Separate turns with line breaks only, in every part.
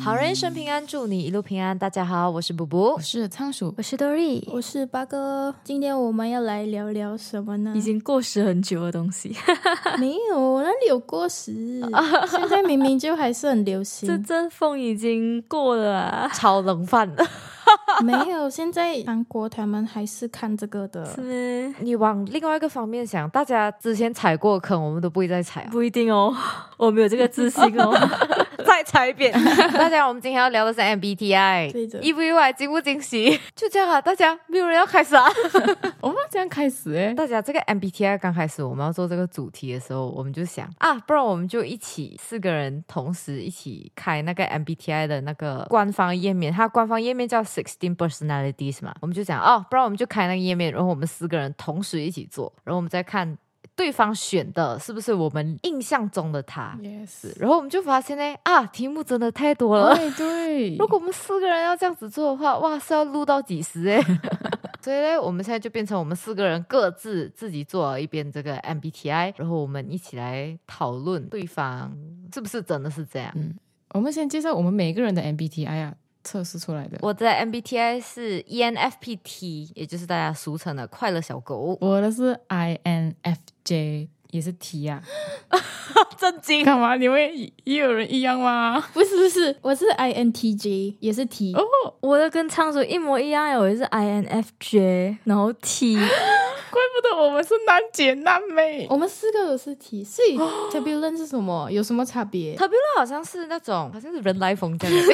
好人一生平安，祝你一路平安。大家好，我是布布
我，是仓鼠，
我是 Dory。
我是八哥，今天我们要来聊聊什么呢？
已经过时很久的东西，
没有，哪里有过时？现在明明就还是很流
这
行。
阵风已经过了、啊，
炒冷饭，
没有，现在韩国他们还是看这个的。
是吗？
你往另外一个方面想，大家之前踩过坑，我们都不会再踩、啊，
不一定哦， 我没有这个自信 哦。
再踩一遍。大家，我们今天要聊的是 MBTI，
对的
意不意外，E 惊不惊喜？就这样啊，大家没有人要开始啊。
我们要这样开始哎、
大家这个 MBTI 刚开始我们要做这个主题的时候，我们就想啊，不然我们就一起四个人同时一起开那个 MBTI 的那个官方页面，它官方页面叫 Sixteen Personalities 嘛，我们就想哦，不然我们就开那个页面，然后我们四个人同时一起做，然后我们再看对方选的是不是我们印象中的他。
yes，
然后我们就发现呢，啊，题目真的太多了。
对 对，
如果我们四个人要这样子做的话，哇，是要录到几十哎、 所以呢，我们现在就变成我们四个人各自自己做了一遍这个 MBTI，然后我们一起来讨论对方是不是真的是这样。
我们先介绍我们每个人的 MBTI 啊，测试出来的。我
我的 MBTI 是 E ENFPT，也就是大家俗称的快乐小狗。
的是 INFJ，也是 T 啊呀、
震
啊，
惊！
干嘛？ 你会也有人一样吗？
不是不是，我是 INTJ，也是 T。
哦，
我的跟仓鼠一模一样，哦我也是 INFJ，然后 T，
怪不得我们是难姐难妹。
我们四个都是 T，所以 turbulent 是什么？有什么差别？
特别好像是那种好像是人来疯这样子，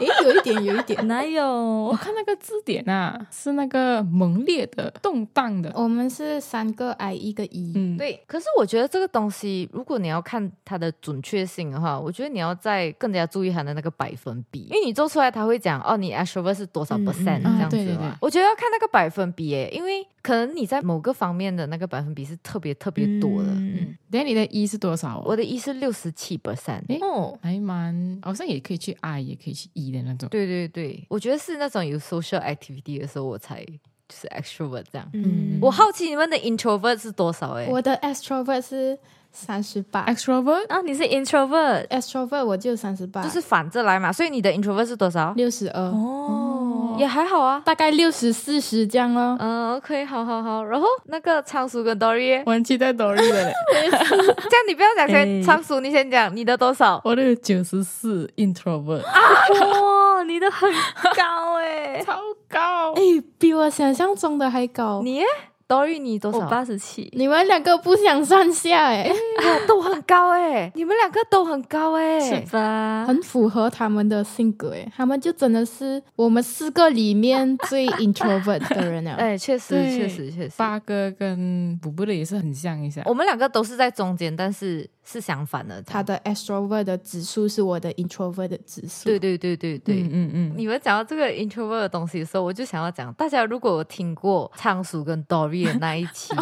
诶，有一点，有一点。
哪有
我？看那个字典啊，是那个猛烈的、动荡的。
我们是三个 I，一个 E。
嗯，
对，可是我觉得这个东西，如果你要看它的准确性的话，我觉得你要再更加注意它的那个百分比，因为你做出来它会讲哦，你 extrovert 是多少
嗯嗯
percent、
嗯
这样子
对对
嘛
对
我觉得要看那个百分比耶，因为可能你在某个方面的那个百分比是特别特别多的。
嗯，等一下你的 E 是多少、哦？
我的一是六十七 percent，
诶
哦，
还蛮，好像也可以去 I，也可以去 E 的那种。
对对对，我觉得是那种有 social activity 的时候我才就是 extrovert 这样。
嗯
我好奇你们的 introvert 是多少哎？
我的 extrovert 是三十八
哎 extrovert
啊，你是 introvert
，extrovert 我就三
啊
十八，
就是反着来嘛，所以你的 introvert 是多少？
六十二，
哦，
也还好啊，
大概六十四十这样咯。
嗯，OK，好好好。然后那个仓鼠跟 Dory，
我很期待 Dory 的嘞，
这样你不要讲先，
哎
仓鼠你先讲你的多少？
我的九十四 introvert，，
哇，你的很高哎
超高
哎。，比我想象中的还高。
你耶 Dory 你多
我
少？
八十七，
你们两个不相上下哎，
都很高哎，你们两个都很高哎
是。吧？
很符合他们的性格哎，他们就真的是我们四个里面 最 introvert 的人了。
哎，确实，
对
确实，确实。
八哥跟补补的也是很像一下，
我们两个都是在中间，但是是相反的。
他的 extrovert 的指数是我的 introvert 的指数。
对对对对对。
嗯嗯嗯，
你们讲到这个 introvert 的东西的时候，我就想要讲，大家如果有听过仓鼠跟 Dory 的那一期，。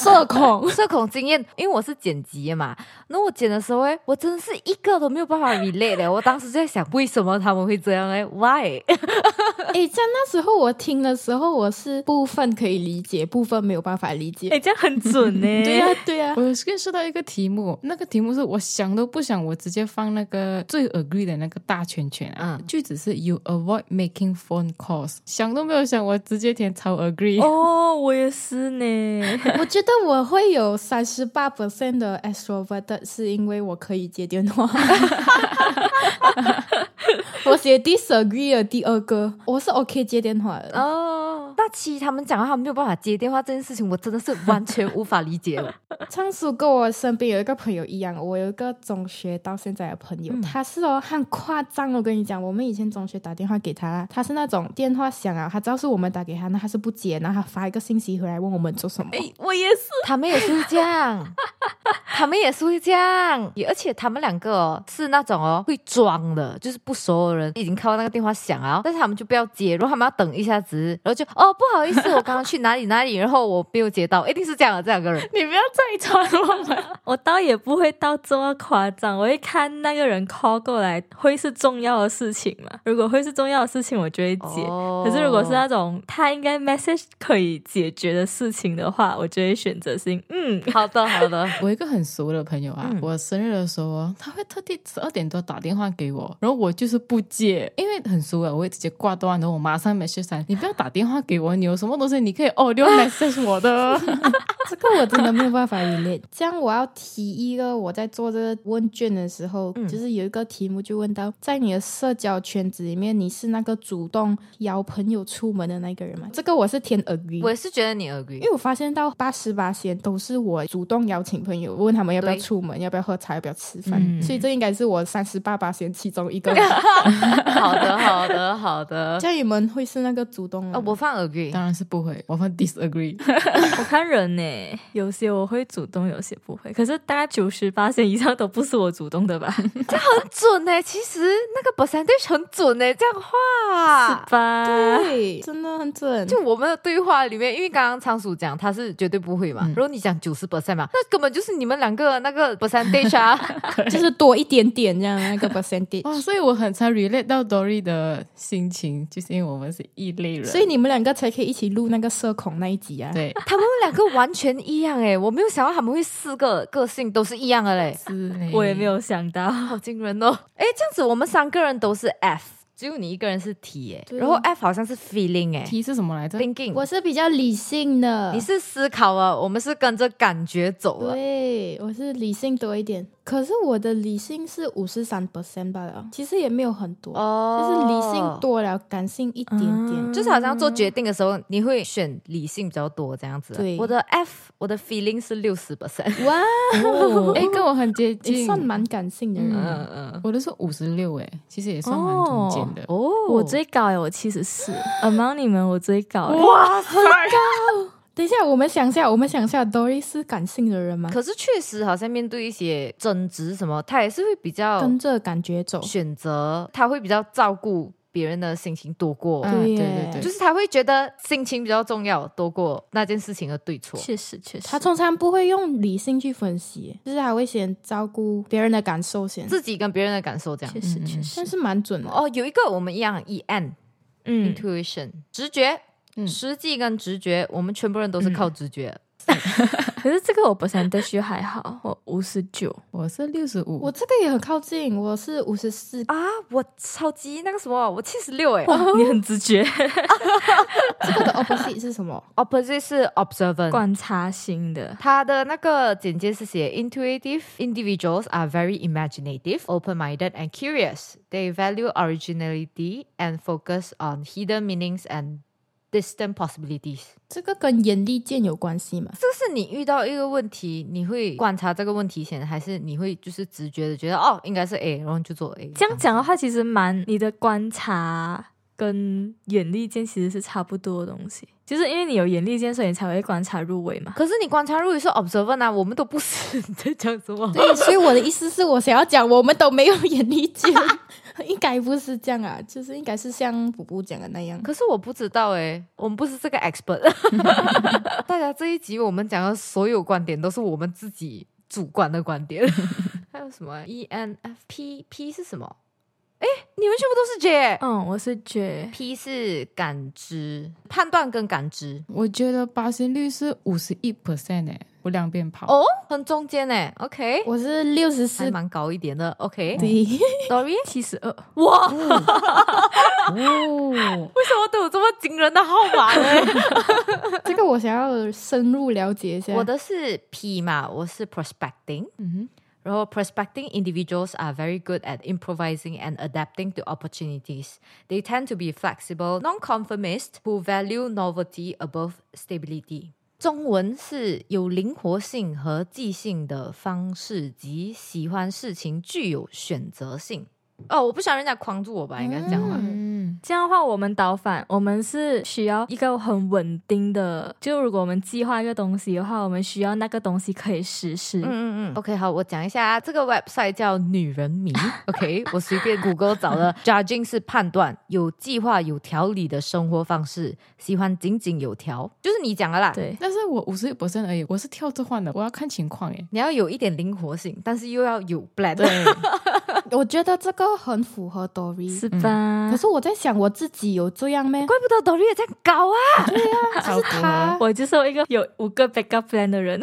社恐
社恐经验，因为我是剪辑的嘛，那我剪的时候哎，我真的是一个都没有办法 relate 的。我当时就在想，为什么他们会这样哎？Why？
哎，在那时候我听的时候，我是部分可以理解，部分没有办法理解。
哎，这样很准呢。
对
啊
呀、对啊呀、
我有认识到一个题目，那个题目是我想都不想，我直接放那个最 agree 的那个大圈圈啊，
嗯
句子是 you avoid making phone calls，想都没有想，我直接填超 agree，、
哦，我也是呢。
我觉得我会有三十八 percent 的 extrovert，是因为我可以接电 话。我写 disagree 的第二个，我是 OK 接电话 的。
哦，大七他们讲到他们没有办法接电话这件事情，我真的是完全无法理解。
仓鼠跟我身边有一个朋友一样，我有一个中学到现在的朋
嗯
友，他是哦，他很夸张。我跟你讲，我们以前中学打电话给他，他是那种电话响啊，他知道是我们打给他，那他是不接，然后他发一个信息回来问我们做什么。
哎
我也是。
他们也是会这 样，他们也是会这样，也而且他们两个、哦、是那种哦会装的，就是不熟的人已经看到那个电话响啊，但是他们就不要接，然后他们要等一下子，然后就哦不好意思，我刚刚去哪里哪里，然后我没有接到，一定是这样的这两个 人。
你不要再传我们。
我倒也不会到这么夸张，我会看那个人 call 过来会是重要的事情嘛。如果会是重要的事情，我就会接。
哦
可是如果是那种他应该 message 可以解决的事情的话，我就会选择性嗯。
好的好的，
我有一个很很熟的朋友啊，
嗯
我生日的时候哦，他会特地十二点多打电话给我，然后我就是不接，因为很熟了，啊我会直接挂断，然后我马上 message 他，你不要打电话给我，你有什么东西你可以哦，你要 message 我的。
这个我真的没有办法 relate。这样我要提一个，我在做这个问卷的时候，
嗯
就是有一个题目就问到，在你的社交圈子里面，你是那个主动邀朋友出门的那个人吗？这个我是填 agree
嗯我。也是觉得你 agree，
因为我发现到八十八仙都是我主动邀请朋友，问他们要不要
对
出门，要不要喝茶，要不要吃饭，
嗯
所以这应该是我三十八八仙其中 一个。
好的，好的，好 的。
像你们会是那个主动
啊，
吗
我放 agree，
当然是不会，我放 disagree。
我看人呢、有些我会主动，有些不会。可是大概九十八以上都不是我主动的吧？
很准呢、其实那个 percentage 很准呢、欸这样画。
是吧？
对，真的很准。
就我们的啊 对话里面，因为刚刚仓鼠讲他是绝对不会嘛，
嗯
然后你讲九十 percent 嘛，那根本就是你们两个那个 percentage 啊，
就是多一点点这样那个 percentage。
哇，哦所以我很常 relate 到 Dory 的心情，就是因为我们是异类人，
所以你们两个才可以一起录那个社恐那一集啊。
对
他们两个完全一样哎、我没有想到他们会四个个性都是一样的嘞，
是嘞
我也没有想到，
好惊人哦！哎，这样子我们三个人都是 F，只有你一个人是 T 哎、
对
然后 F 好像是 feeling 哎、
T 是什么来着
t h？i n k i n g
我是比较理性的，
你是思考啊，我们是跟着感觉走啊。
对，我是理性多一点。可是我的理性是五十三 percent 罢了，其实也没有很多，就是
哦，啊
理性多了，感性一点点。
嗯
就是好像做决定的时候，你会选理性比较多这样子啊。
对
我的 F，我的 feeling 是六十 percent。
哇，
哎，跟我很接
你
近，
算蛮感性的人。
嗯
哦嗯嗯。
我的是五十六哎，其实也算蛮中间的。
哦，
我最高哎、我七十四。among 你们，我最高、欸。
哇塞！
等一下，我们想一下，我们想一下，Dory 是感性的人吗？
可是确实好像面对一些争执什么，他也是会比较
跟着感觉走，
选择，他会比较照顾别人的心情多过。
嗯
对
对
耶
对
哦
对，
就是他会觉得心情比较重要，多过那件事情的对错。
确实，确实，
他通常不会用理性去分析，就是还会先照顾别人的感受先，
自己跟别人的感受这样
确。实，
嗯嗯
确实
但，是蛮准的。
哦，有一个我们一样，E N
嗯，
intuition 直觉，
嗯
实际跟直觉，我们全部人都是
嗯
靠直觉。
可是这个我本身对序还好，我五十九，
我是六十五，
我这个也很靠近，我是五十四，
啊，我超级那个什么，我七十六哎。
你很直觉，
这个的 opposite 是什么？
Opposite 是 observant。
观察型的，
他的那个简介是写：Intuitive individuals are very imaginative, open-minded, and curious. They value originality and focus on hidden meanings and distant possibilities.
这个跟眼力见有关系 吗？
这个是你遇到一个问题，你会观察这个问题先，还是你会就是直觉的觉得哦，应该是 A，然后你就做 A？
这样讲的话，其实蛮你的观察跟眼力见其实是差不多的东西，就是因为你有眼力见，所以你才会观察入围嘛。
可是你观察入也是 observant 啊，我们都不是 你在讲什么。
对，所以我的意思是我想要讲，我们都没有眼力见， 应该不是这样啊，就是应该是像补补讲的那样。
可是我不知道哎、我们不是这个 expert。大家这一集我们讲的所有观点都是我们自己主观的观点。 还有什么啊 ENFP P 是什么？哎，你们全部都是 J 欸、
嗯，我是觉
P 是感知、判断跟感知
我觉得八仙率是五十一 percent 哎，我两边跑。
哦，很中间哎、OK，
我是六十
还
四，
蛮高一点的。OK，Sorry，、
对，
七十二，
哇，
哦，
为什么都有这么惊人的号码呢？
这个我想要深入了解一下。
我的是 P 嘛，我是 prospecting。
嗯
然后，prospecting individuals are very good at improvising and adapting to opportunities. They tend to be flexible, non-conformist who value novelty above stability. 中文是有灵活性和即兴的方式及喜欢事情具有选择性。哦，我不想人家框住我吧，应该是这样吧。
嗯，
这样的话，我们倒反，我们是需要一个很稳定的，就如果我们计划一个东西的话，我们需要那个东西可以实施。
嗯嗯嗯，OK，好，我讲一下啊这个 website 叫女人迷，OK，我随便 Google 找的。Judging 是判断，有计划、有条理的生活方式，喜欢井井有条，就是你讲的啦。，
对，
但是我五十一 percent 而已，我是跳着换的，我要看情况哎。
你要有一点灵活性，但是又要有 plan。
对，
我觉得这个很符合 Dory，
是吧？
嗯可是我在想我自己有这样咩？
怪不得 Dory 也在 搞啊！
就是 他
我就是一个有五个 backup plan 的人，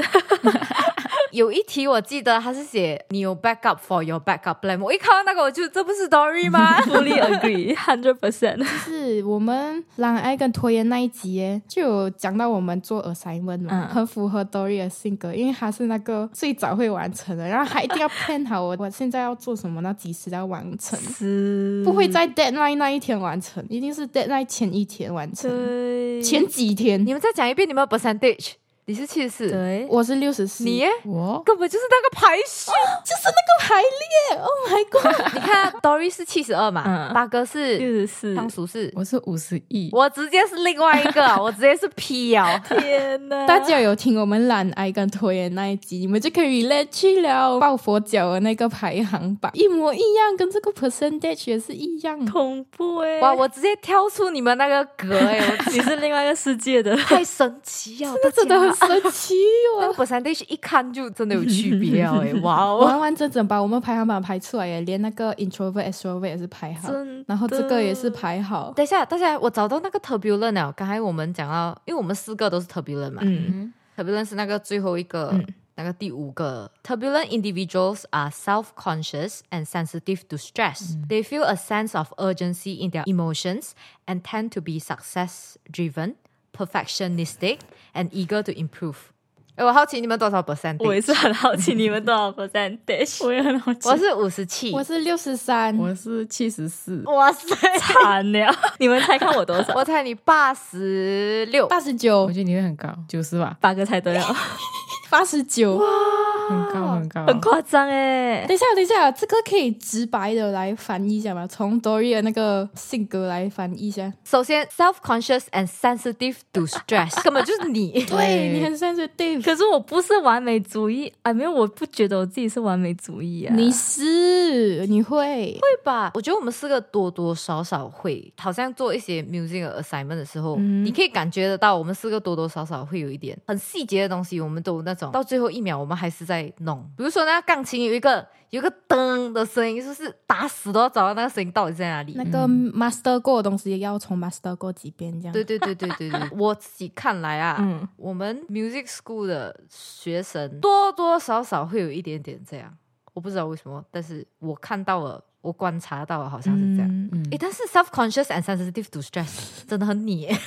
有一题我记得他是写你有 backup for your backup plan，我一看到那个我就这不是 Dory 吗？
Fully agree, hundred percent。
是我们懒癌跟拖延那一集耶，就有讲到我们做 assignment 嘛，
嗯
很符合 Dory 的性格，因为他是那个最早会完成的，然后他一定要 plan 好我我现在要做什么，那几时要完成，
是
不会在 deadline 那一天完成，一定是 deadline 前一天完成，
对
前几天
你。们再讲一遍你们的 percentage，你是七十四，
对，
我是六十四，
你耶
我
根本就是那个排序。
就是那个排列，Oh my god！
你看啊 Dory 是七十二嘛，
嗯
八哥是
六十四。
仓鼠是，
我是五十亿，
我直接是另外一个，啊我直接是 P 哦。
天哪！
大家有听我们懒癌跟拖延那一集，你们就可以 relate 去了抱佛脚的那个排行榜，一模一样，跟这个 percentage 也是一样。
恐怖哎、
哇，我直接挑出你们那个格哎、我
你是另外一个世界的
太神奇了，大
真
家啊
的很神奇
那个 percentage 一看就真的有区别了哎、哇
哦！
哦！
完完整整把我们排行榜排出来耶，连那个 introvert、extrovert 也是排好，
真的
然后这个也是排好。
等一下，大家，我找到那个 turbulent 了。刚才我们讲到，因为我们四个都是 turbulent 嘛、
嗯，
t u r b u l e n t 是那个最后一个，
嗯
那个第五个。Turbulent individuals are self-conscious and sensitive to stress.、They feel a sense of urgency in their emotions and tend to be success-driven, perfectionistic, and eager to improve. 哎，我好奇你们多少 percent？
我也是很好奇你们多少 percentage，
我也很好奇
我，是五十七，
我是六十三，
我是七十四，
哇塞，
惨了！ 你们猜看我 多少？
我猜你八十六，
八十
我
九，
觉得你会很高，九十吧，
八个猜对啊了，
八十九。
很高很高，
很夸张哎、
等一下，等一下，这个可以直白的来翻译一下吗？从 Dory 的那个性格来翻译一下。
首先，self conscious and sensitive to stress，根本就是你。
对你很像是 Dave，
可是我不是完美主义，啊，没有，我不觉得我自己是完美主义啊。
你是你会
对吧？我觉得我们四个多多少少会，好像做一些 music assignment 的时候，
嗯
你可以感觉得到，我们四个多多少少会有一点很细节的东西，我们都那种到最后一秒，我们还是在弄。比如说那个钢琴有一个有一个噔的声音，就是打死都要找到那个声音到底在哪里。
那个 master 过的东西，要从 master 过几遍这样。
对对对对对 对，我自己看来啊，
嗯
我们 music school 的学生多多少少会有一点点这样，我不知道为什么，但是我看到了，我观察到了，好像是这样。
嗯
嗯
诶，但是 self conscious and sensitive to stress 真的很你耶，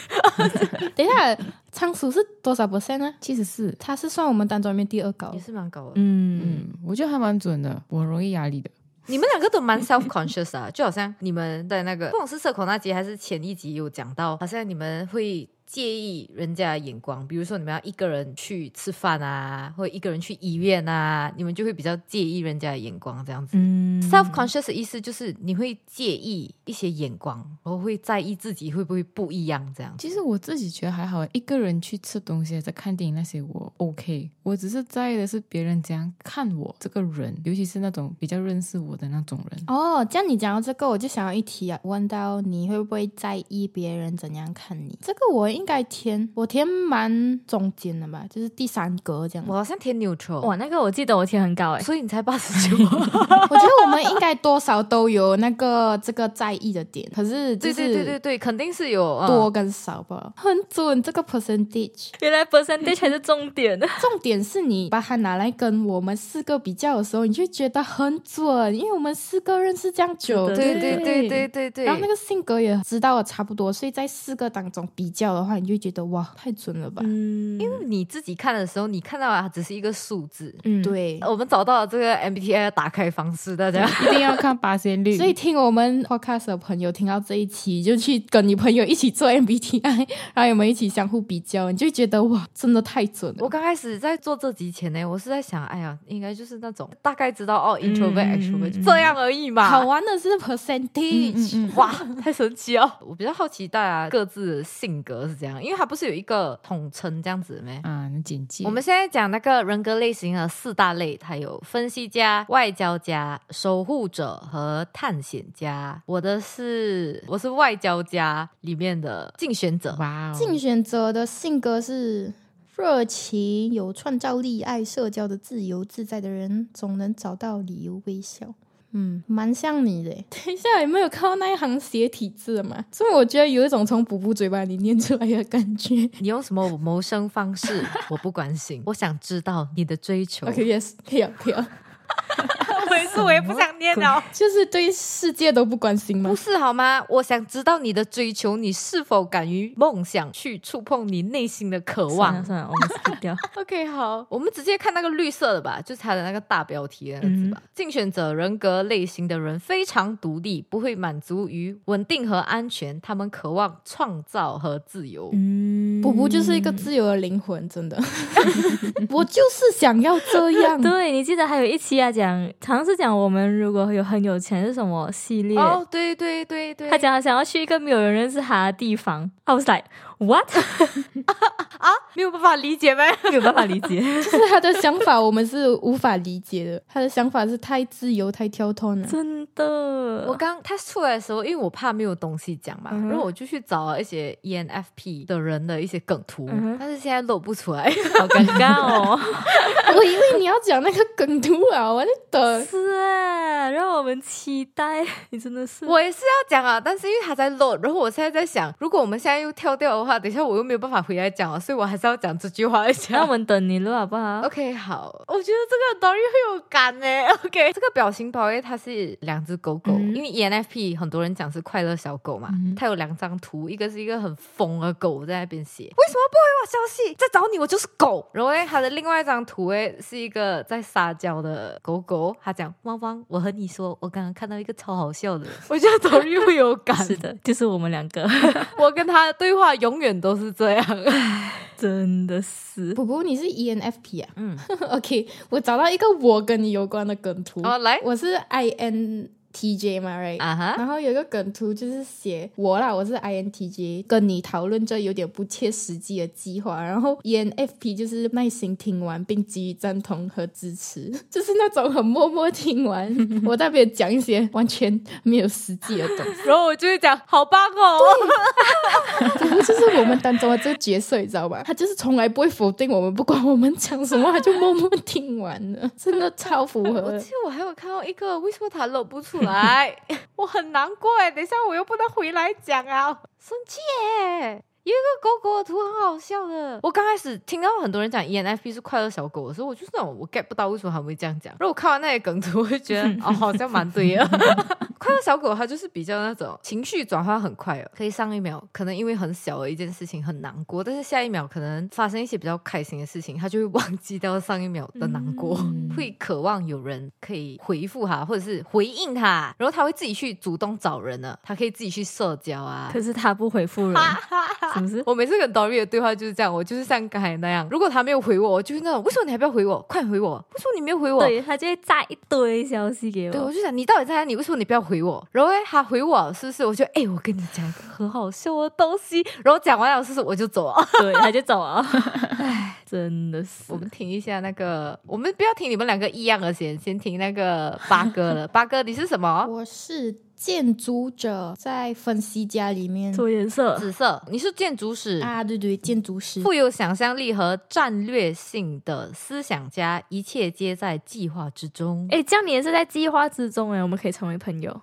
等一下，仓鼠是多少 percent 呢？
七十四，
它是算我们单专面第二高
也。是蛮高的。
嗯，
嗯，我觉得还蛮准的，我容易压力的，
你们两个都蛮 self conscious 啊，就好像你们在那个不管是社恐那集还是前一集有讲到，好像你们会介意人家的眼光，比如说你们要一个人去吃饭啊，或者一个人去医院啊，你们就会比较介意人家的眼光这样子。
嗯
self conscious 的意思就是你会介意一些眼光，然后会在意自己会不会不一样这样子。
其实我自己觉得还好，一个人去吃东西、在看电影那些我 OK，我只是在意的是别人怎样看我这个人，尤其是那种比较认识我的那种人。
哦，这样你讲到这个，我就想要一提啊，问到你会不会在意别人怎样看你？这个我应该填，我填蛮中间的吧，就是第三格这样。
我
我
好像挺 neutral，
哇，那个我记得我填很高哎、
所以你才八十九，
我觉得我们应该多少都有那个这个在意的点，可是就
对对对对
是
对，肯定是有、嗯
多跟少吧，很准这个 percentage。
原来 percentage 才是重点
重点是你把它拿来跟我们四个比较的时候，你就觉得很准，因为我们四个认识这样久，
是的
对对对对对对。
然后那个性格也知道的差不多，所以在四个当中比较的话，你就觉得哇，太准了吧？
嗯， 因为
你自己看的时候，你看到啊它只是一个数字。
嗯，
对，
我们找到了这个 MBTI 的打开方式，大家
一定要看八仙 率，
所以听我们 podcast 的朋友听到这一期，就去跟你朋友一起做 MBTI，然后 你们一起相互比较，你就觉得哇，真的太准
我
了。
刚开始在做这集前呢，我是在想，哎呀，应该就是那种大概知道哦，introvert、
嗯
extrovert 就
嗯
这样而已嘛。
好啊玩的是 percentage，、
哇，太神奇
哦
了！ 我比较好奇大家各自的性格是怎样，因为它不是有一个统称这样子没？
啊，那简介
我们现在讲那个人格类型的四大类，它有分析家、外交家、守护者和探险家。我的是我是外交家里面的竞选者，
哇、哦，
竞选者的性格是热情、有创造力、爱社交的自由自在的人，总能找到理由微笑。嗯，蛮像你的。等一下，有没有看到那一行斜体字的嘛？所以我觉得有一种从补补嘴巴里念出来的感觉。
你用什么谋生方 式？我不关心，我想知道你的追 求。
OK，yes，可以了，可以了。
我也是，我也不想念哦了。
就是对世界都不关心吗
不？是好吗？我想知道你的追求，你是否敢于梦想去触碰你内心的渴
算
望
了？算了，我们 skip 掉。
OK，好，我们直接看那个绿色的吧，就是它的那个大标题的那个字
嗯
吧。竞选者人格类型的人非常独立，不会满足于稳定和安全，他们渴望创造和自由。
嗯，
补补就是一个自由的灵魂，真的。 我就是想要这样。
对你记得还有一期啊，讲好像是讲我们如果有很有钱是什么系列。
哦，对对对对，
他讲他想要去一个没有人认识他的地方，I was like what，
啊没有办法理解呗。
没有办法理解。
就是他的想法，我们是无法理解的。他的想法是太自由、太跳脱 了。
真的，
我刚他出来的时候，因为我怕没有东西讲
嗯
嘛，然后我就去找了一些 ENFP 的人的一些梗图，
嗯哼
但是现在露不出来。
好尴尬哦。
我以为你要讲那个梗图啊，我就等。
是哎，让我们期待。 你真的是，
我也是要讲啊，但是因为他在漏，然后我现在在想，如果我们现在又跳掉的话，等一下我又没有办法回来讲了，所以我还是要讲这句话一
让
下
我。们等你了，好不好？
OK，好，我觉得这个 Dory 会有感呢。OK，这个表情包因为它是两只狗狗，
嗯
因为 E ENFP 很多人讲是快乐小狗嘛，它有两张图，一个是一个很疯的狗在那边写，为什么不回我消息？在找你，我就是狗。然后诶，它的另外一张图诶是一个在撒娇的狗狗，它讲汪汪，我和你说，我刚刚看到一个超好笑的，我觉得 Dory 会有感。
是的，就是我们两个，
我跟他的对话永远都是这样。
真的是。
不不，你是 ENFP 啊
嗯，
？OK，我找到一个我跟你有关的梗图。
好 来
我是 INTJ 嘛，right？、
啊哈，
然后有一个梗图就是写我啦，我是 INTJ，跟你讨论这有点不切实际的计划。然后 ENFP 就是耐心听完并给予赞同和支持， 就是那种很默默 听完我那边讲一些完全没有实际的东西。
然后我就会讲好棒哦。
不过就是我们当中的这个角色，你知道吧？他就是从来不会否定我们，不管我们讲什么，他就默默听完了， 真的超符
我
合
记。得我还有看到一个，为什么他露不出 来？我很难过哎，等一下我又不能回来讲啊，生气耶！有一个狗狗的图很好笑的，我刚开始听到很多人讲 E ENFP 是快乐小狗的时候，我就是那种我 get 不到为什么他们会这样讲。然后我看完那些梗图，我就觉得哦，好像蛮对 的。快乐小狗它就是比较那种情绪转换很快哦，可以上一秒可能因为很小的一件事情很难过，但是下一秒可能发生一些比较开心的事情，它就会忘记掉上一秒的难过，会渴望有人可以回复它或者是回应它，然后它会自己去主动找人了，它可以自己去社交啊
可。是他不回复人，是不是？
我每次跟 Dory 的对话就是这样，我就是像刚才那样，如果他没有回我，我就是那种为什么你还不要回我？快回我！为什么你没有回我？
对他就会炸一堆消息给
对，我
我，
就想你到底在哪里？为什么你不要回我？然后诶他回我是不是？我就哎、我跟你讲一个很好笑的东西。然后讲完了是不是我就走 了？
对，他就 走了。唉，真的是
我。们听一下那个，我们不要听你们两个一样的先，先听那个八哥了。八哥，你是什么？
我是建筑者，在分析家里面
什么颜色？
紫色，你是建筑师。
啊，对对，建筑师。
富有想象力和战略性的思想家，一切皆在计划之中。
哎，这样你也是在计划之中哎，我们可以成为朋友。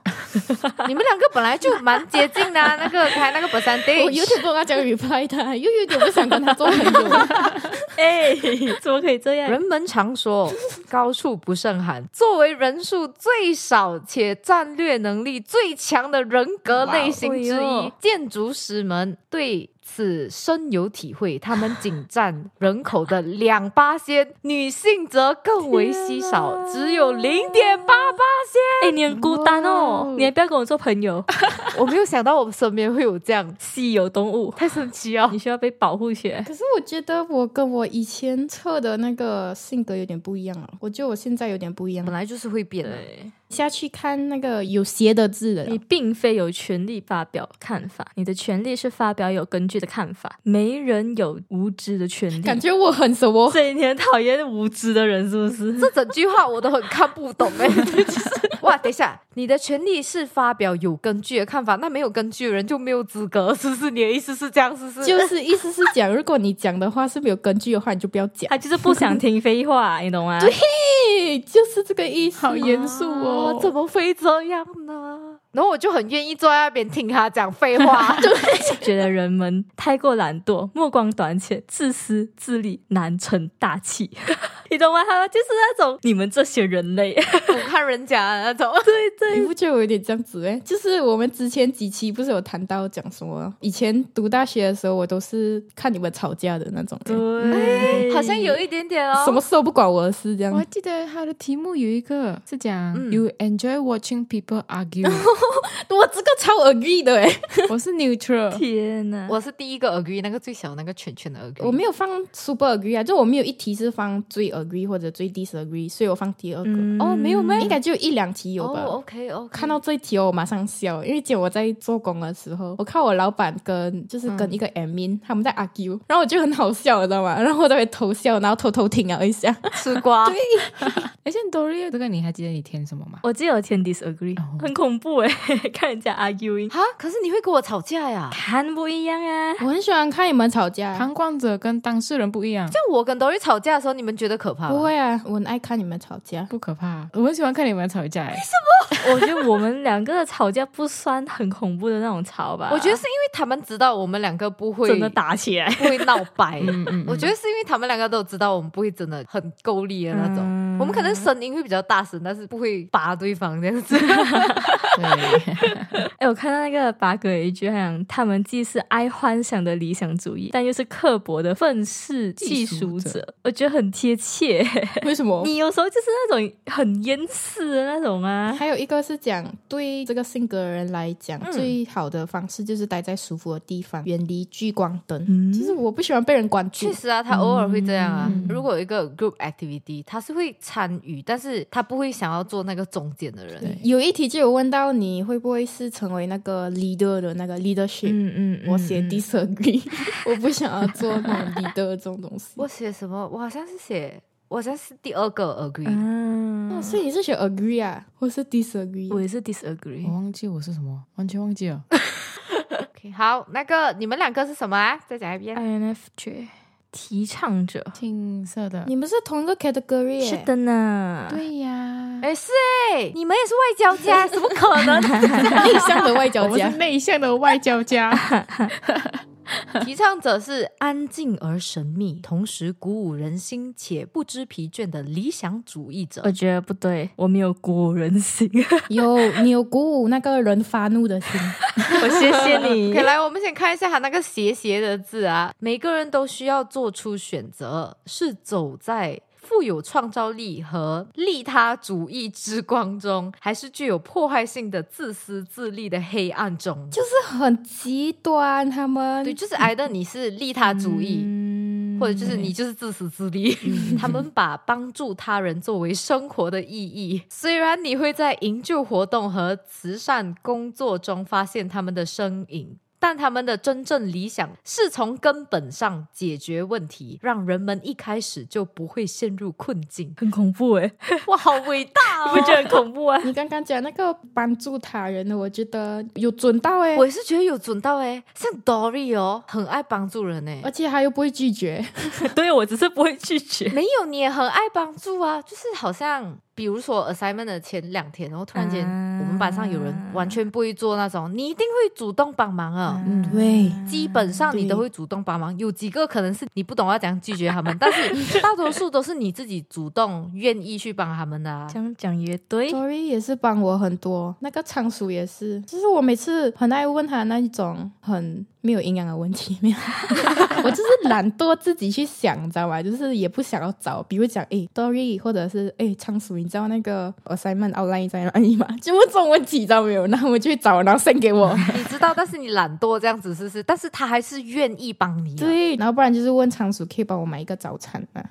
你们两个本来就蛮接近的、啊，那个开 那个 percentage，
哎我有点不跟他讲 reply 他，又有点不想跟他做朋友。
哎，怎么可以这样？
人们常 说“高处不胜寒”。作为人数最少且战略能力最强的人格类型之
哇哦哎
一
呦，
建筑师们对此深有体会。他们仅占人口的两八仙，女性则更为稀 少
天，啊
只有零点八八
哎，你很孤单哦，你还不要跟我做朋友，
仙。我没有想到我身边会有这样，
稀有动物，
太神奇了
你。需要被保护起来。
可是我觉得我跟我以前测的那个性格有点不一样了，我觉得我现在有点不一样
本
了。
来就是会变的。
下去看那个有邪的字的
你
了，
并非有权利发表看法，你的权利是发表有根据的看法。没人有无知的权利。
感觉我很什么？
所以你很讨厌无知的人，是不是？
这整句话我都很看不懂哎、 就是哇，等一下，你的权利是发表有根据的看法，那没有根据的人就没有资格，是不是？你的意思是这样，是不是？
就是意思是讲， 如果你讲的话是没有根据的话，你就不要讲。
他就是不想听废话，你懂吗？
对，对，哎就是这个意思。啊
好严肃
我、
哦，
怎么会这样呢？然后我就很愿意坐在那边听他讲废 话，就
觉得人们太过懒惰、目光短浅、自私自利，难成大器。 你懂吗？他就是那种你们这些人类，
不看人家的那种。
对对，
你不觉得我有点这样子诶、就是我们之前几期不是有谈到讲什么？以前读大学的时候，我都是看你们吵架的那种人，
对
哎好像有一点点哦，
什么事都不管我的事这样
我。还记得他的题目有一个是讲、
嗯
“You enjoy watching people argue”，
我这个超 agree 的欸诶、
我是 neutral，
天哪！
我是第一个 agree，那个最小那个圈圈的 agree。
我没有放 super agree 啊，就我没有一题是放最 agree 或者最 disagree，所以我放第二个。
嗯
哦没有咩
应该就一两题有吧。
哦，OK OK，
看到这一题哦，我马上笑，因为姐我在做工的时候，我看我老板跟就是跟一个 admin、他们在 argue，然后我就很好笑，你知道吗？ 然后我在那边偷笑，然后偷偷听啊了一下，
吃 瓜，
而且 Doria 这个你还记得你填什么吗？
我记得有填 disagree，、
哦
很恐怖哎、 看人家 arguing，
哈，可是你会跟我吵架呀？
看不一样啊。
我很喜欢看你们吵 架。
旁观者跟当事人不一样，
像我跟 Dory 吵架的时候，你们觉得可怕吗？
不会啊，我很爱看你们吵架。
不可怕。我很喜欢看你们吵架，哎
我觉得我们两个的吵架不算很恐怖的那种吵吧，
我觉得是因为他们知道我们两个不会
真的打起来。
不会闹 掰。
嗯嗯，
我觉
得
得是因为他们两个都知道我们不会真的很够力的那种，
嗯
我们可能声音会比较大声，但是不会扒对方这样子。
对，
哎，我看到那个八哥有一句，好像他们既是爱幻想的理想主义，但又是刻薄的愤世嫉俗
嫉俗
者，我觉得很贴切。
为什么？
你有时候就是那种很厌世的那种啊。
还有一个是讲，对这个性格的人来讲，
嗯
最好的方式就是待在舒服的地方，远离聚光灯。
嗯
其实我不喜欢被人关注
确，实啊，他偶尔会这样啊。
嗯
如果有一个 group activity，他是会参与，但是他不会想要做那个中间的人。
有一题就有问到你会不会是成为那个 leader 的那个 leadership，、
嗯
我写 disagree，、我 不想要做那种 leader 这种东 西。
我写什么？我好像是写，我好像是第二个 agree。
嗯
哦，所以你是选 agree 啊，或是 disagree？
我也是 disagree
我。忘记我是什么，完全忘记了。
OK，好，那个你们两个是什么啊？再讲一遍。
INFJ 提倡者，
青色的，
你们是同一个 category，耶
是， 的呢。
对呀，
哎，是哎，你们也是外交家，怎么可能？
内向的外
我
交
们
家
是。内向的外交家，
提倡者是安静而神秘，同时鼓舞人心且不知疲倦的理想主义者
我。觉得不对，我没有鼓舞人心。
有你有鼓舞那个人发怒的心，
我谢谢你。
OK，来，我们先看一下他那个斜斜的字啊。每个人都需要做出选择，是走在富有创造力和利他主义之光中，还是具有破坏性的自私自利的黑暗中？
就是很极端。他们嗯
对，就是挨的你是利他主义。或者就是你就是自私自利， 他们把帮助他人作为生活的意义。虽然你会在营救活动和慈善工作中发现他们的身影，但他们的真正理想是从根本上解决问题，让人们一开始就不会陷入困境
很恐怖哎、
哇，好伟大
你
哦！
不觉得很恐 怖啊？
你刚刚讲那个帮助他人的，我觉得有准到 哎、
我也是觉得有准到诶，像 Dory 哦，很爱帮助人欸诶。
而且他又不会拒绝。
对，我只是不会拒绝。
没有，你也很爱帮助啊，就是好像比如说 assignment 的前两天，然后突然间
啊
我们班上有人完全不会做那种，你一定会主动帮忙啊。
嗯，对，
基本上你都会主动帮忙，有几个可能是你不懂要怎样拒绝他 们，但是大多数都是你自己主动愿意去帮他们的、 啊
这。样讲也对
d，o r y 也是帮我很多，那个仓鼠也是，就是我每次很爱问他那一种很没有营养的问题， 没有，我就是懒惰自己去想，你知道吧？就是也不想要找，比如讲，诶 d o r y 或者是诶仓鼠，你知道那个 assignment outline 在哪里吗？就问这种问题，你知道没有？然后我就去找，然后 send 给我，
你知道，但是你懒惰这样子是不是？但是他还是愿意帮你、啊。，
对，然后不然就是问仓鼠可以帮我买一个早餐吗？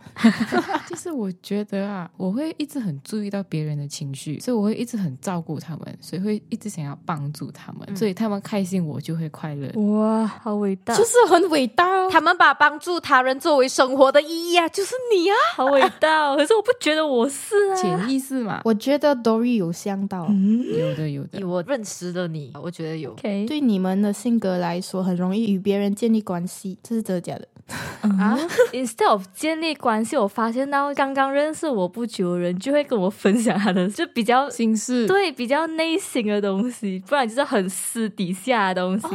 就是我觉得啊，我会一直很注意到别人的情绪，所以我会一直很照顾他们，所以会一直想要帮助他们，所以他们开心我就会快乐。
哇，好伟大，
就是很伟大哦。
他们把帮助他人作为生活的意义啊，就是你啊。
好伟大、哦。可 是我不觉得我是啊。
潜意识嘛，
我觉得 Dory 有想到。
嗯
有的有的
以。我认识的你，我觉得有。
，OK，
对你们的性格来说，很容易与别人建立关系，这是真的假的？啊，
Instead of 建立关系，我发现到刚刚认识我不久的人就会跟我分享他的，就比较
心事，
对比较内心的东西，不然就是很私底下的东西。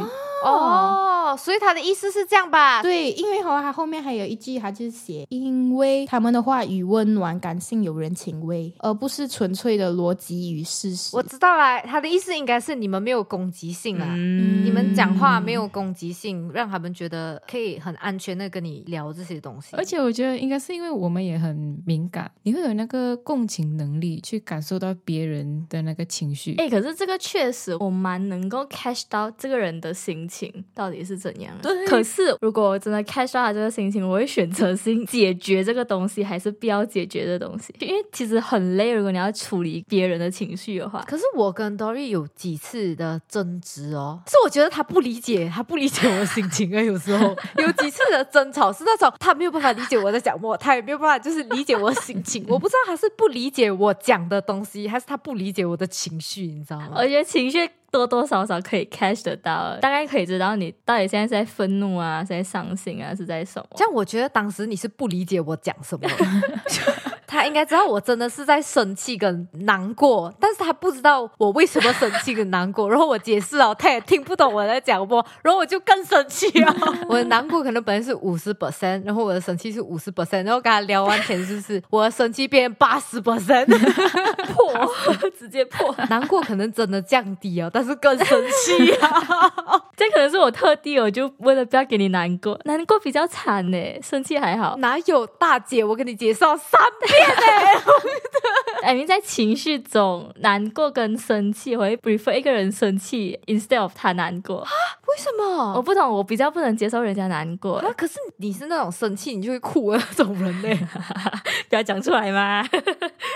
哦，所以他的意思是这样吧？
对，因为和他后面还有一句，他就是写，因为他们的话语温暖、感性、有人情味，而不是纯粹的逻辑与事实
我。知道啦，他的意思应该是你们没有攻击性啦。
嗯
你们讲话没有攻击性，让他们觉得可以很安全的跟你聊这些东西。
而且我觉得应该是因为我们也很敏感，你会有那个共情能力去感受到别人的那个情绪。
哎、可是这个确实我蛮能够 catch 到这个人的心情到底是怎样的。啊
对
可是如果我真的 catch 到他这个心情，我会选择性解决这个东西，还是不要解决这东西？因为其实很累，如果你要处理别人的情绪的话。
可是我跟 Dory 有几次的争执哦，是我觉得他不理解，他不理解我的心情啊。有时 候有几次的争吵是那种他没有办法理解我在讲什么，他也没有办法就是理解我的心情。我不知道他是不理解我讲的东西，还是他不理解我的情绪，你知道吗
我？觉得情绪多多少少可以 catch 得到，啊大概可以知道你到底现在是在愤怒啊，是在伤心啊，是在什么。
这样我觉得当时你是不理解我讲什 么的。他应该知道我真的是在生气跟难过，但是他不知道我为什么生气跟难过。然后我解释了，他也听不懂我在讲什么，然后我就更生气哦了。 我的难过可能本来是五十 percent，然后我的生气是五十 percent，然后跟他聊完天就是我的生气变八十 percent，
破，直接破。
难过可能真的降低哦了，但是更生气啊。
这可能是我特地，我就为了不要给你难过，难过比较惨呢，生气还好。
哪有大姐？我跟你介绍三遍。
I mean，在情绪中，难过跟生气，我会 prefer 一个人生气 instead of 他难过。
为什么
我不懂，我比较不能接受人家难过
啊那，可是你是那种生气你就会哭的那种人呢、
不要讲出来嘛。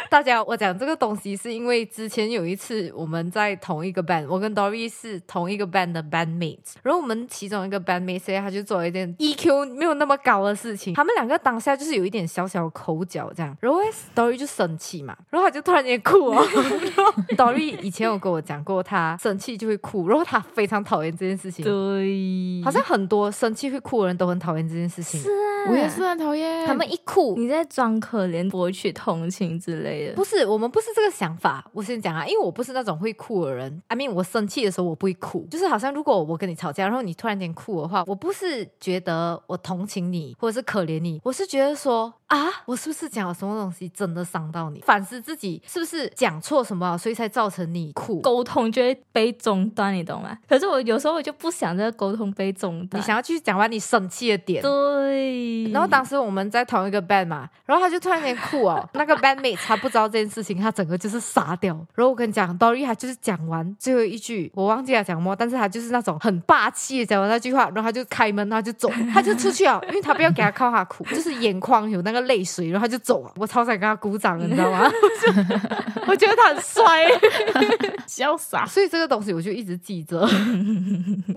大家，我讲这个东西是因为之前有一次我们在同一个 band，我跟 Dory 是同一个 band 的 bandmates，然后我们其中一个 bandmate 现在他就做了一件 EQ 没有那么高的事情，他们两个当下就是有一点小小口角这样，然后 Dory 就生气嘛，然后他就突然间哭 哦。Dory 以前有跟我讲过，他生气就会哭，然后他非常讨厌这件事情，
对，
好像很多生气会哭的人都很讨厌这件事情。
是啊，
我也是很讨厌
他们一哭，
你在装可怜、博取同情之类的。
不是，我们不是这个想法。我先讲啊，因为我不是那种会哭的人。I mean，我生气的时候我不会哭，就是好像如果我跟你吵架，然后你突然间哭的话，我不是觉得我同情你或者是可怜你，我是觉得说啊，我是不是讲了什么东西真的伤到你？反思自己是不是讲错什么，所以才造成你哭。
沟通就会被中断，你懂吗？可是我有时候我就不想这个沟通被中断。
你想要去讲完你生气的点，
对，
然后当时我们在同一个 band 嘛，然后他就突然间哭 哦，那个 bandmate 他不知道这件事情，他整个就是傻掉。然后我跟你讲，Dory 他就是讲完最后一句，我忘记他讲什么，但是他就是那种很霸气的讲完那句话，然后他就开门，然后他就走，他就出去了，哦因为他不要给他靠他哭，就是眼眶有那个泪水，然后他就走了。我超想跟他鼓掌的，你知道吗？ 我觉得他很帅，
潇 洒，
所以这个东西我就一直记着。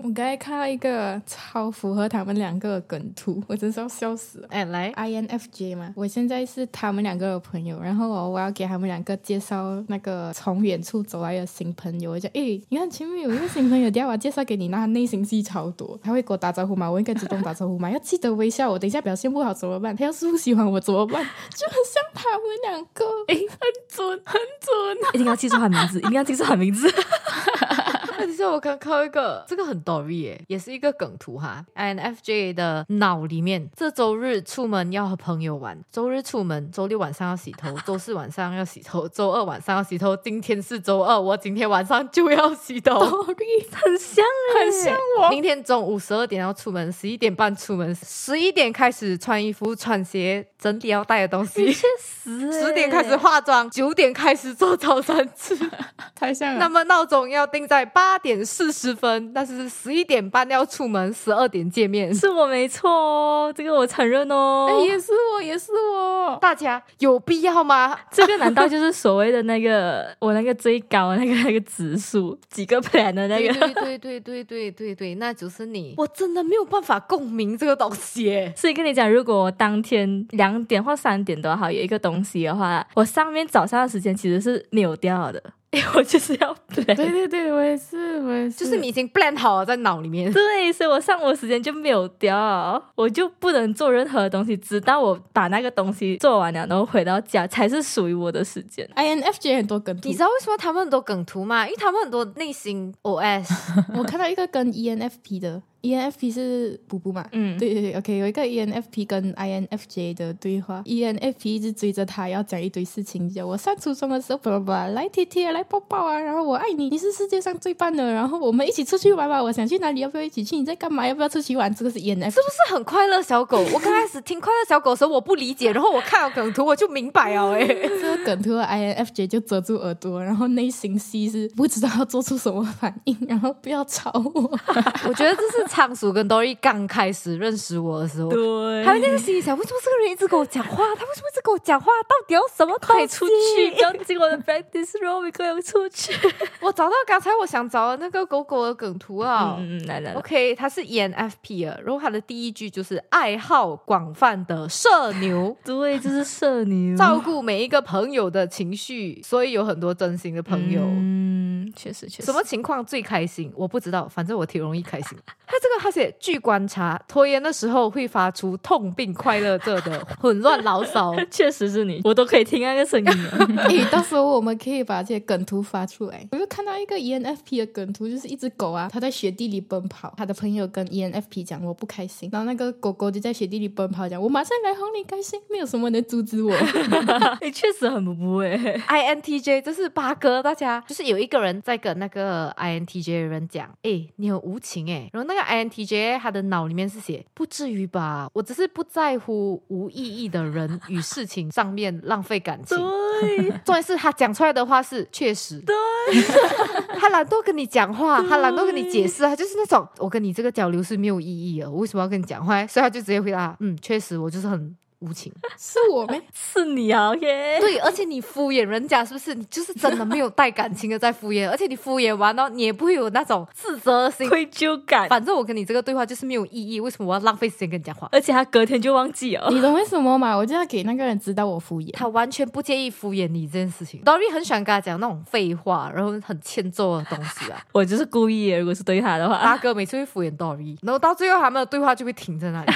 我刚才看到一个超符合他们两个的梗图， 我真是要笑死了。
哎，来，
INFJ 嘛，我现在是他们两个的朋友，然后我我要给他们两个介绍那个从远处走来的新朋友，我就诶，你看前面有一个新朋友，等一下我介绍给你，那他内心戏超多，他会跟我打招呼吗？我应该主动打招呼吗？要记得微笑，我等一下表现不好怎么办？他要是不喜欢我怎么办？就很像他们两个，
诶
哎
很准，很准，一定要记住他名字，一定要记住他 名字。
而且我刚看一个，这个很 Dory 耶，也是一个梗图哈。INFJ 的脑里面，这周日出门要和朋友玩，周日出门，周六晚上要洗头，周四晚上要洗头，周二晚上要洗头，今天是周二，我今天晚上就要洗头。
很
欸
像哎、
很像我。
明天中午十二点要出门，十一点半出门，十一点开始穿衣服、穿鞋，整理要带的东 西。
确实、欸，
十点开始化妆，九点开始做早餐吃，
太像了。
那么闹钟要定在八点四十分，但是十一点半要出门，十二点见 面。
是我没错哦，这个我承认哦。
哎、也是我，也是我。
大家有必要吗？
这个难道就是所谓的那个 我那个最高那个那个指数几个 plan 的那
对
个？
对对对对对对对，那就是你。我真的没有办法共鸣这个东西耶。
所以跟你讲，如果我当天两点或三点都好，有一个东西的话，我上面早上的时间其实是扭掉的。 哎，我就是要 play。
对对对，我也是，我也是，
就是你已经 plan 好了在脑里面。
对，所以我上午时间就没有掉，我就不能做任何东西，直到我把那个东西做完了，然后回到家才是属于我的时间。
INFJ 很多梗图
你知道为什么他们很多梗图吗？因为他们很多内心 OS，
我看到一个跟 E ENFP 的，ENFP E 是补补嘛？
嗯
对对对，OK，有一个 E ENFP 跟 INFJ 的对话，ENFP E 一直追着他要讲一堆事情，讲我上初中的时候，巴拉巴拉，来贴贴，来抱抱啊，然后我爱你，你是世界上最棒的，然后我们一起出去玩吧，我想去哪里，要不要一起去？你在干嘛？要不要出去玩？这个是 E ENFP，
是不是很快乐小狗？我刚开始听快乐小狗的时候，我不理解，然后我看了梗图我就明白了、哎，
这个梗图的 INFJ 就遮住耳朵，然后内心戏是不知道要做出什么反应，然后不要吵我。
我觉得这是仓鼠跟 Dory 刚开始认识我的时候。
对
还有那个心里想，为什么这个人一直跟我讲话？他为什么一直跟我讲话？到底要什么东
快
西？
出去，不要进我的 practice room，你快要出 去。
我找到刚才我想找的那个狗狗的梗图啊。
嗯，来来来，
OK，他是 ENFP 啊，然后他的第一句就是爱好广泛的社牛，
对，就是哦社牛
照顾每一个朋友的情绪，所以有很多真心的朋友。
嗯，确实确实。
什么情况最开心？我不知道，反正我挺容易开心。 他这个他写，据观察，拖延的时候会发出痛并快乐着的混乱牢骚。
确实是你，我都可以听那个声音 了。
诶，到时候我们可以把这些梗图发出来。我又看到一个 E ENFP 的梗图，就是一只狗啊，它在雪地里奔跑，他的朋友跟 E ENFP 讲我不开心，然后那个狗狗就在雪地里奔跑，讲我马上来哄你开心，没有什么能阻 止我。
你确实很不不哎，
INTJ，这是八哥，大家就是有一个人在跟那个 INTJ 的人讲，诶，你很无情诶。然后那个 INTJ 他的脑里面是写，不至于吧，我只是不在乎无意义的人与事情上面浪费感情。
对，
重点是他讲出来的话是确实，对， 他懒惰跟你讲话，他懒惰跟你解释，他就是那种我跟你这个交流是没有意义的，我为什么要跟你讲话？所以他就直接回答，嗯，确实我就是很无情。
是我们
是你啊，OK。
对，而且你敷衍人家，是不是？你就是真的没有带感情的在敷衍，而且你敷衍完了，你也不会有那种自责的 心。
愧疚感，
反正我跟你这个对话就是没有意义，为什么我要浪费时间跟你讲话？
而且他隔天就忘记哦了。
你懂为什么吗？我就要给那个人知道我敷衍。
他完全不介意敷衍你这件事情。Dory 很喜欢跟他讲那种废话，然后很欠揍的东西 啊。
我就是故意的，如果是对他的话，
八哥每次会敷衍 Dory，然后到最后他们的对话就会停在那里。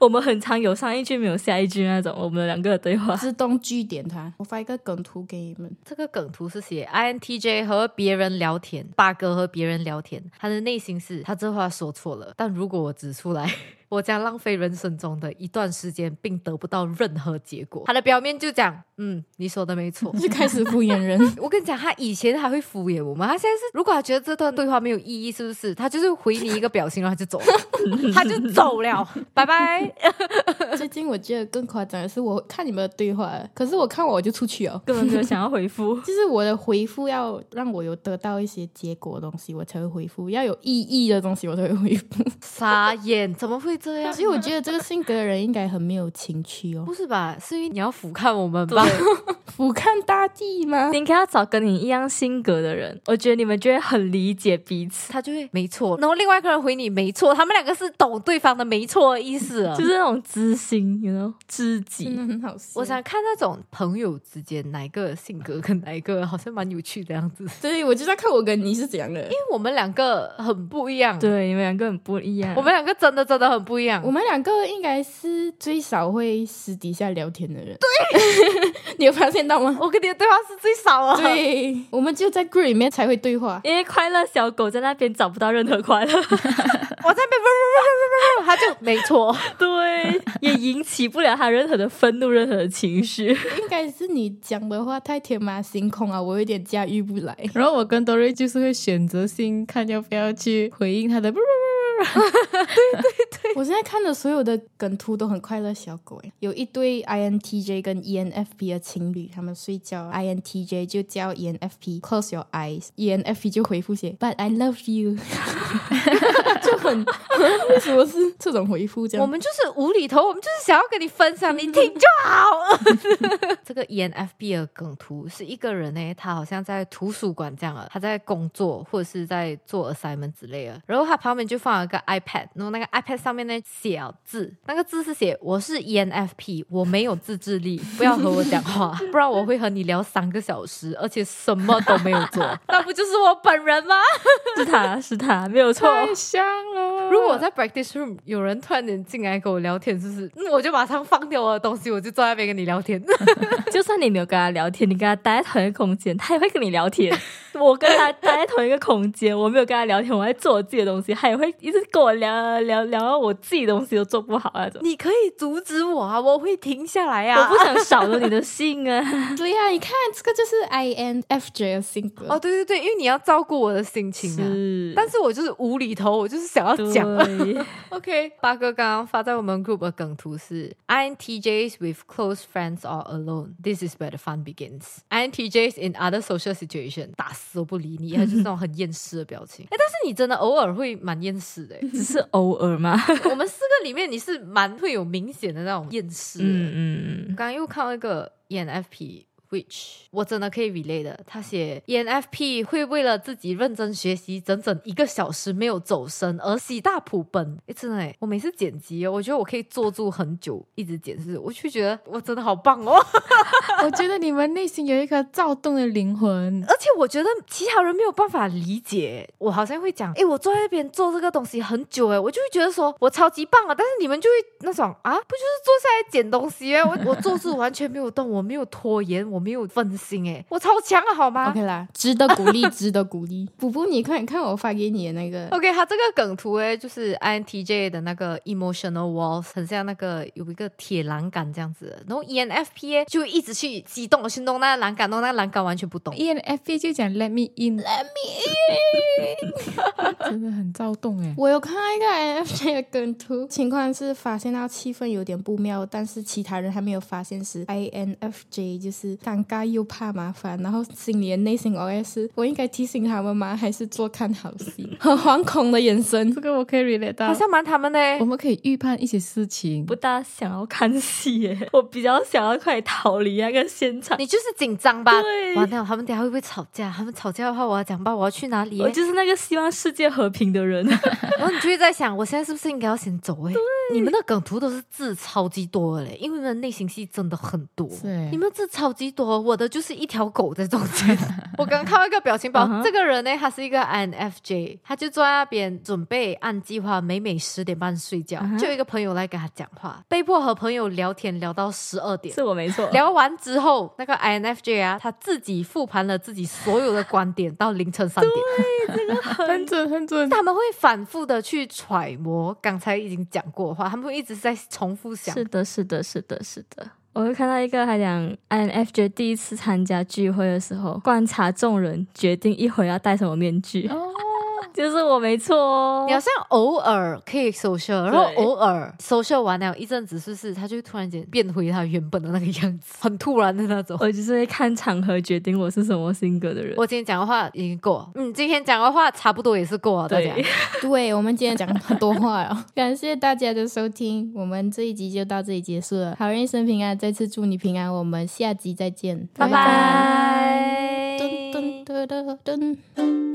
我们很常有上一句没有下一句那种，我们两个的对 话。
自动据点他，我发一个梗图给你们。
这个梗图是写 INTJ 和别人聊天，八哥和别人聊天，他的内心是他这话说错了，但如果我指出来。 我将浪费人生中的一段时间，并得不到任何结果。他的表面就讲，嗯，你说的没错。
就开始敷衍人，
我跟你讲，他以前还会敷衍我们，他现在是，如果他觉得这段对话没有意义，是不是？他就是回你一个表情，然后他就走了， 他就走了，拜拜。
最近我觉得更夸张的是，我看你们的对话，可是我看完我就出去哦。，
根本没有想要回复
就是我的回复要让我有得到一些结果的东西，我才会回复；要有意义的东西，我才会回复。
傻眼，怎么会这样
所？以我觉得这个性格的人应该很没有情趣哦
不，是吧？是因为你要俯瞰我们吧？
俯瞰大地吗
你？应该要找跟你一样性格的人，我觉得你们就会很理解彼此，
他就会没错，然后另外一个人回你没错，他们两个是懂对方的没错的意思啊了。
就是那种知心，you know，知
真
己
的。嗯很好笑。
我想看那种朋友之间哪一个性格跟哪一个好像蛮有趣的样子，因
对，我就在看我跟你是怎样的。
为我们两个很不一样，
对，你们两个很不一样。
我们两个真的真的很不一样
我。们两个应该是最少会私底下聊天的人。对， 你有发现到吗？
我跟你的对话是最少啊，
对，我们只有在 group 里面才会对话。
因为快乐小狗在那边找不到任何 快乐，
我在被 他就没错，
对，也引起不了他任何的愤怒、任何的情绪。
应该是你讲的话太天马行空啊，我有点驾驭不来。
然后我跟 Dory 就是会选择性看要不要去回应他的，
我现在看的所有的梗图都很快乐小狗诶，有一对 INTJ 跟 E ENFP 的情侣，他们睡觉，INTJ 啊就叫 E ENFP close your E eyes，ENFP 就回复写 But I love you，就很 为什么是这种回复这
我嗯
样？
们就是无厘头，我们就是想要跟你分享，你听就好。这个 ENFP 的梗图是一个人呢，他好像在图书馆这样啊的，他在工作或者是在做 assignment 之类的，然后他旁边就放了一个 iPad，然后那个 iPad 上面呢写了字，那个字是写我是 ENFP，我没有自制力，不要和我讲话，不然我会和你聊三个小时，而且什么都没有 做，那 不就是我本人吗？
是他是他，没有错。
太香了。
如果我在 practice room 有人突然间进来跟我聊天，就是、嗯、我就马上放掉我的东西，我就坐在那边跟你聊天。
就算你没有跟他聊天，你跟他待在同一个空间，他也会跟你聊 天。我跟他待在同一个空间，我没有跟他聊天，我在做我自己的东西，他也会一直跟我聊啊聊聊到我自己的东西都做不好那种。
你可以阻止我啊，我会停下来
我
啊。
不想少了你的信啊！
对呀、你看这个就是 INFJ 的性格。
哦，对对对，因为你要照顾我的心情啊。
是
但是我就是无厘头，我就是想要讲。
对
OK，八哥刚刚发在我们 group 的梗图是 INTJs with close friends or alone. This is where the fun begins. INTJs in other social situation，打死都不理你，他就是那种很厌世的表 情。哎，但是你真的偶尔会蛮厌世 的诶。欸
只是偶尔嘛。
我们四个里面，你是蛮会有明显的那种厌世的。
嗯嗯
刚刚又看到一个 E ENFP。which 我真的可以 relate 的，他写 E ENFP 会为了自己认真学习整整一个小时没有走神而喜大普奔，诶真的诶，我每次剪辑哦，我觉得我可以坐住很久一直剪，是我就觉得我真的好棒哦，
我觉得你们内心有一颗躁动的灵魂。
而且我觉得其他人没有办法理解，我好像会讲，诶，我坐在那边做这个东西很久，诶，欸我就会觉得说我超级棒啊，但是你们就会那种啊，不就是坐下来捡东西欸 诶，我我坐住完全没有动，我没有拖延，我没有分心，诶，我超强啊，好吗
OK 啦，值得鼓励，值得鼓励。 补补，你快点看我发给你的那个
OK，它这个梗图诶，就是 INTJ 的那个 emotional walls，很像那个有一个铁栏杆这样子的。然后 E ENFP 诶欸就一直去激动的去弄那个栏杆，弄那个栏杆完全不
E
动。
ENFP 就讲 Let me in，Let me in，真 的很躁动哎。
我有看到一个 INFJ 的梗图，情况是发现到气氛有点不妙，但是其他人还没有发现时，INFJ 就是尴尬又怕麻烦，然后心里的内心 OS 是我应该提醒他们吗？还是做看好戏？ 很惶恐的眼神
这。个我可以 relate 到
好，像蛮他们的欸
我们可以预判一些事情
不。大想要看戏耶， 我比较想要快逃离那个现场。
你就是紧张吧？
对
完了，他们等下会不会吵架？他们吵架的话，我要讲吧，我要去哪里
我
诶？
就是那个希望世界和平的人，
然后你就会在想，我现在是不是应该要先走？哎，你们的梗图都是字超级多的嘞，因为你们的内心戏真的很多。
是欸
你们字超级多，我的就是一条狗在中 间。我刚看到一个表情包
嗯哼
这个人呢，他是一个 INFJ，他就坐在那边准备按计划，每每十点半睡觉。
嗯哼
就有一个朋友来跟他讲话，被迫和朋友聊天聊到十二点。
是我没错。
聊完之后，那个 INFJ 啊，他自己复盘了自己所有的观点，到凌晨三点。
很准很准，
他们会反复的去揣摩刚才已经讲过的话，他们会一直在重复想。
是的，是的，是的，是的。我又看到一个，还讲 INFJ 第一次参加聚会的时候，观察众人，决定一会儿要戴什么面具。
哦，
就是我没错哦
你。好像偶尔可以 social，然后偶尔 social 完了一阵子，是不是他就会突然间变回他原本的那个样子， 很突然的那种。
我就是会看场合决定我是什么性格的人。
我今天讲的话已经够了，嗯，今天讲的话差不多也啊是够了，大家
对。
对我们今天讲很多话哦了， 感谢大家的收听，我们这一集就到这里结束了。好人一生平安，再次祝你平安，我们下集再见，
拜拜。
拜。噔噔噔噔噔。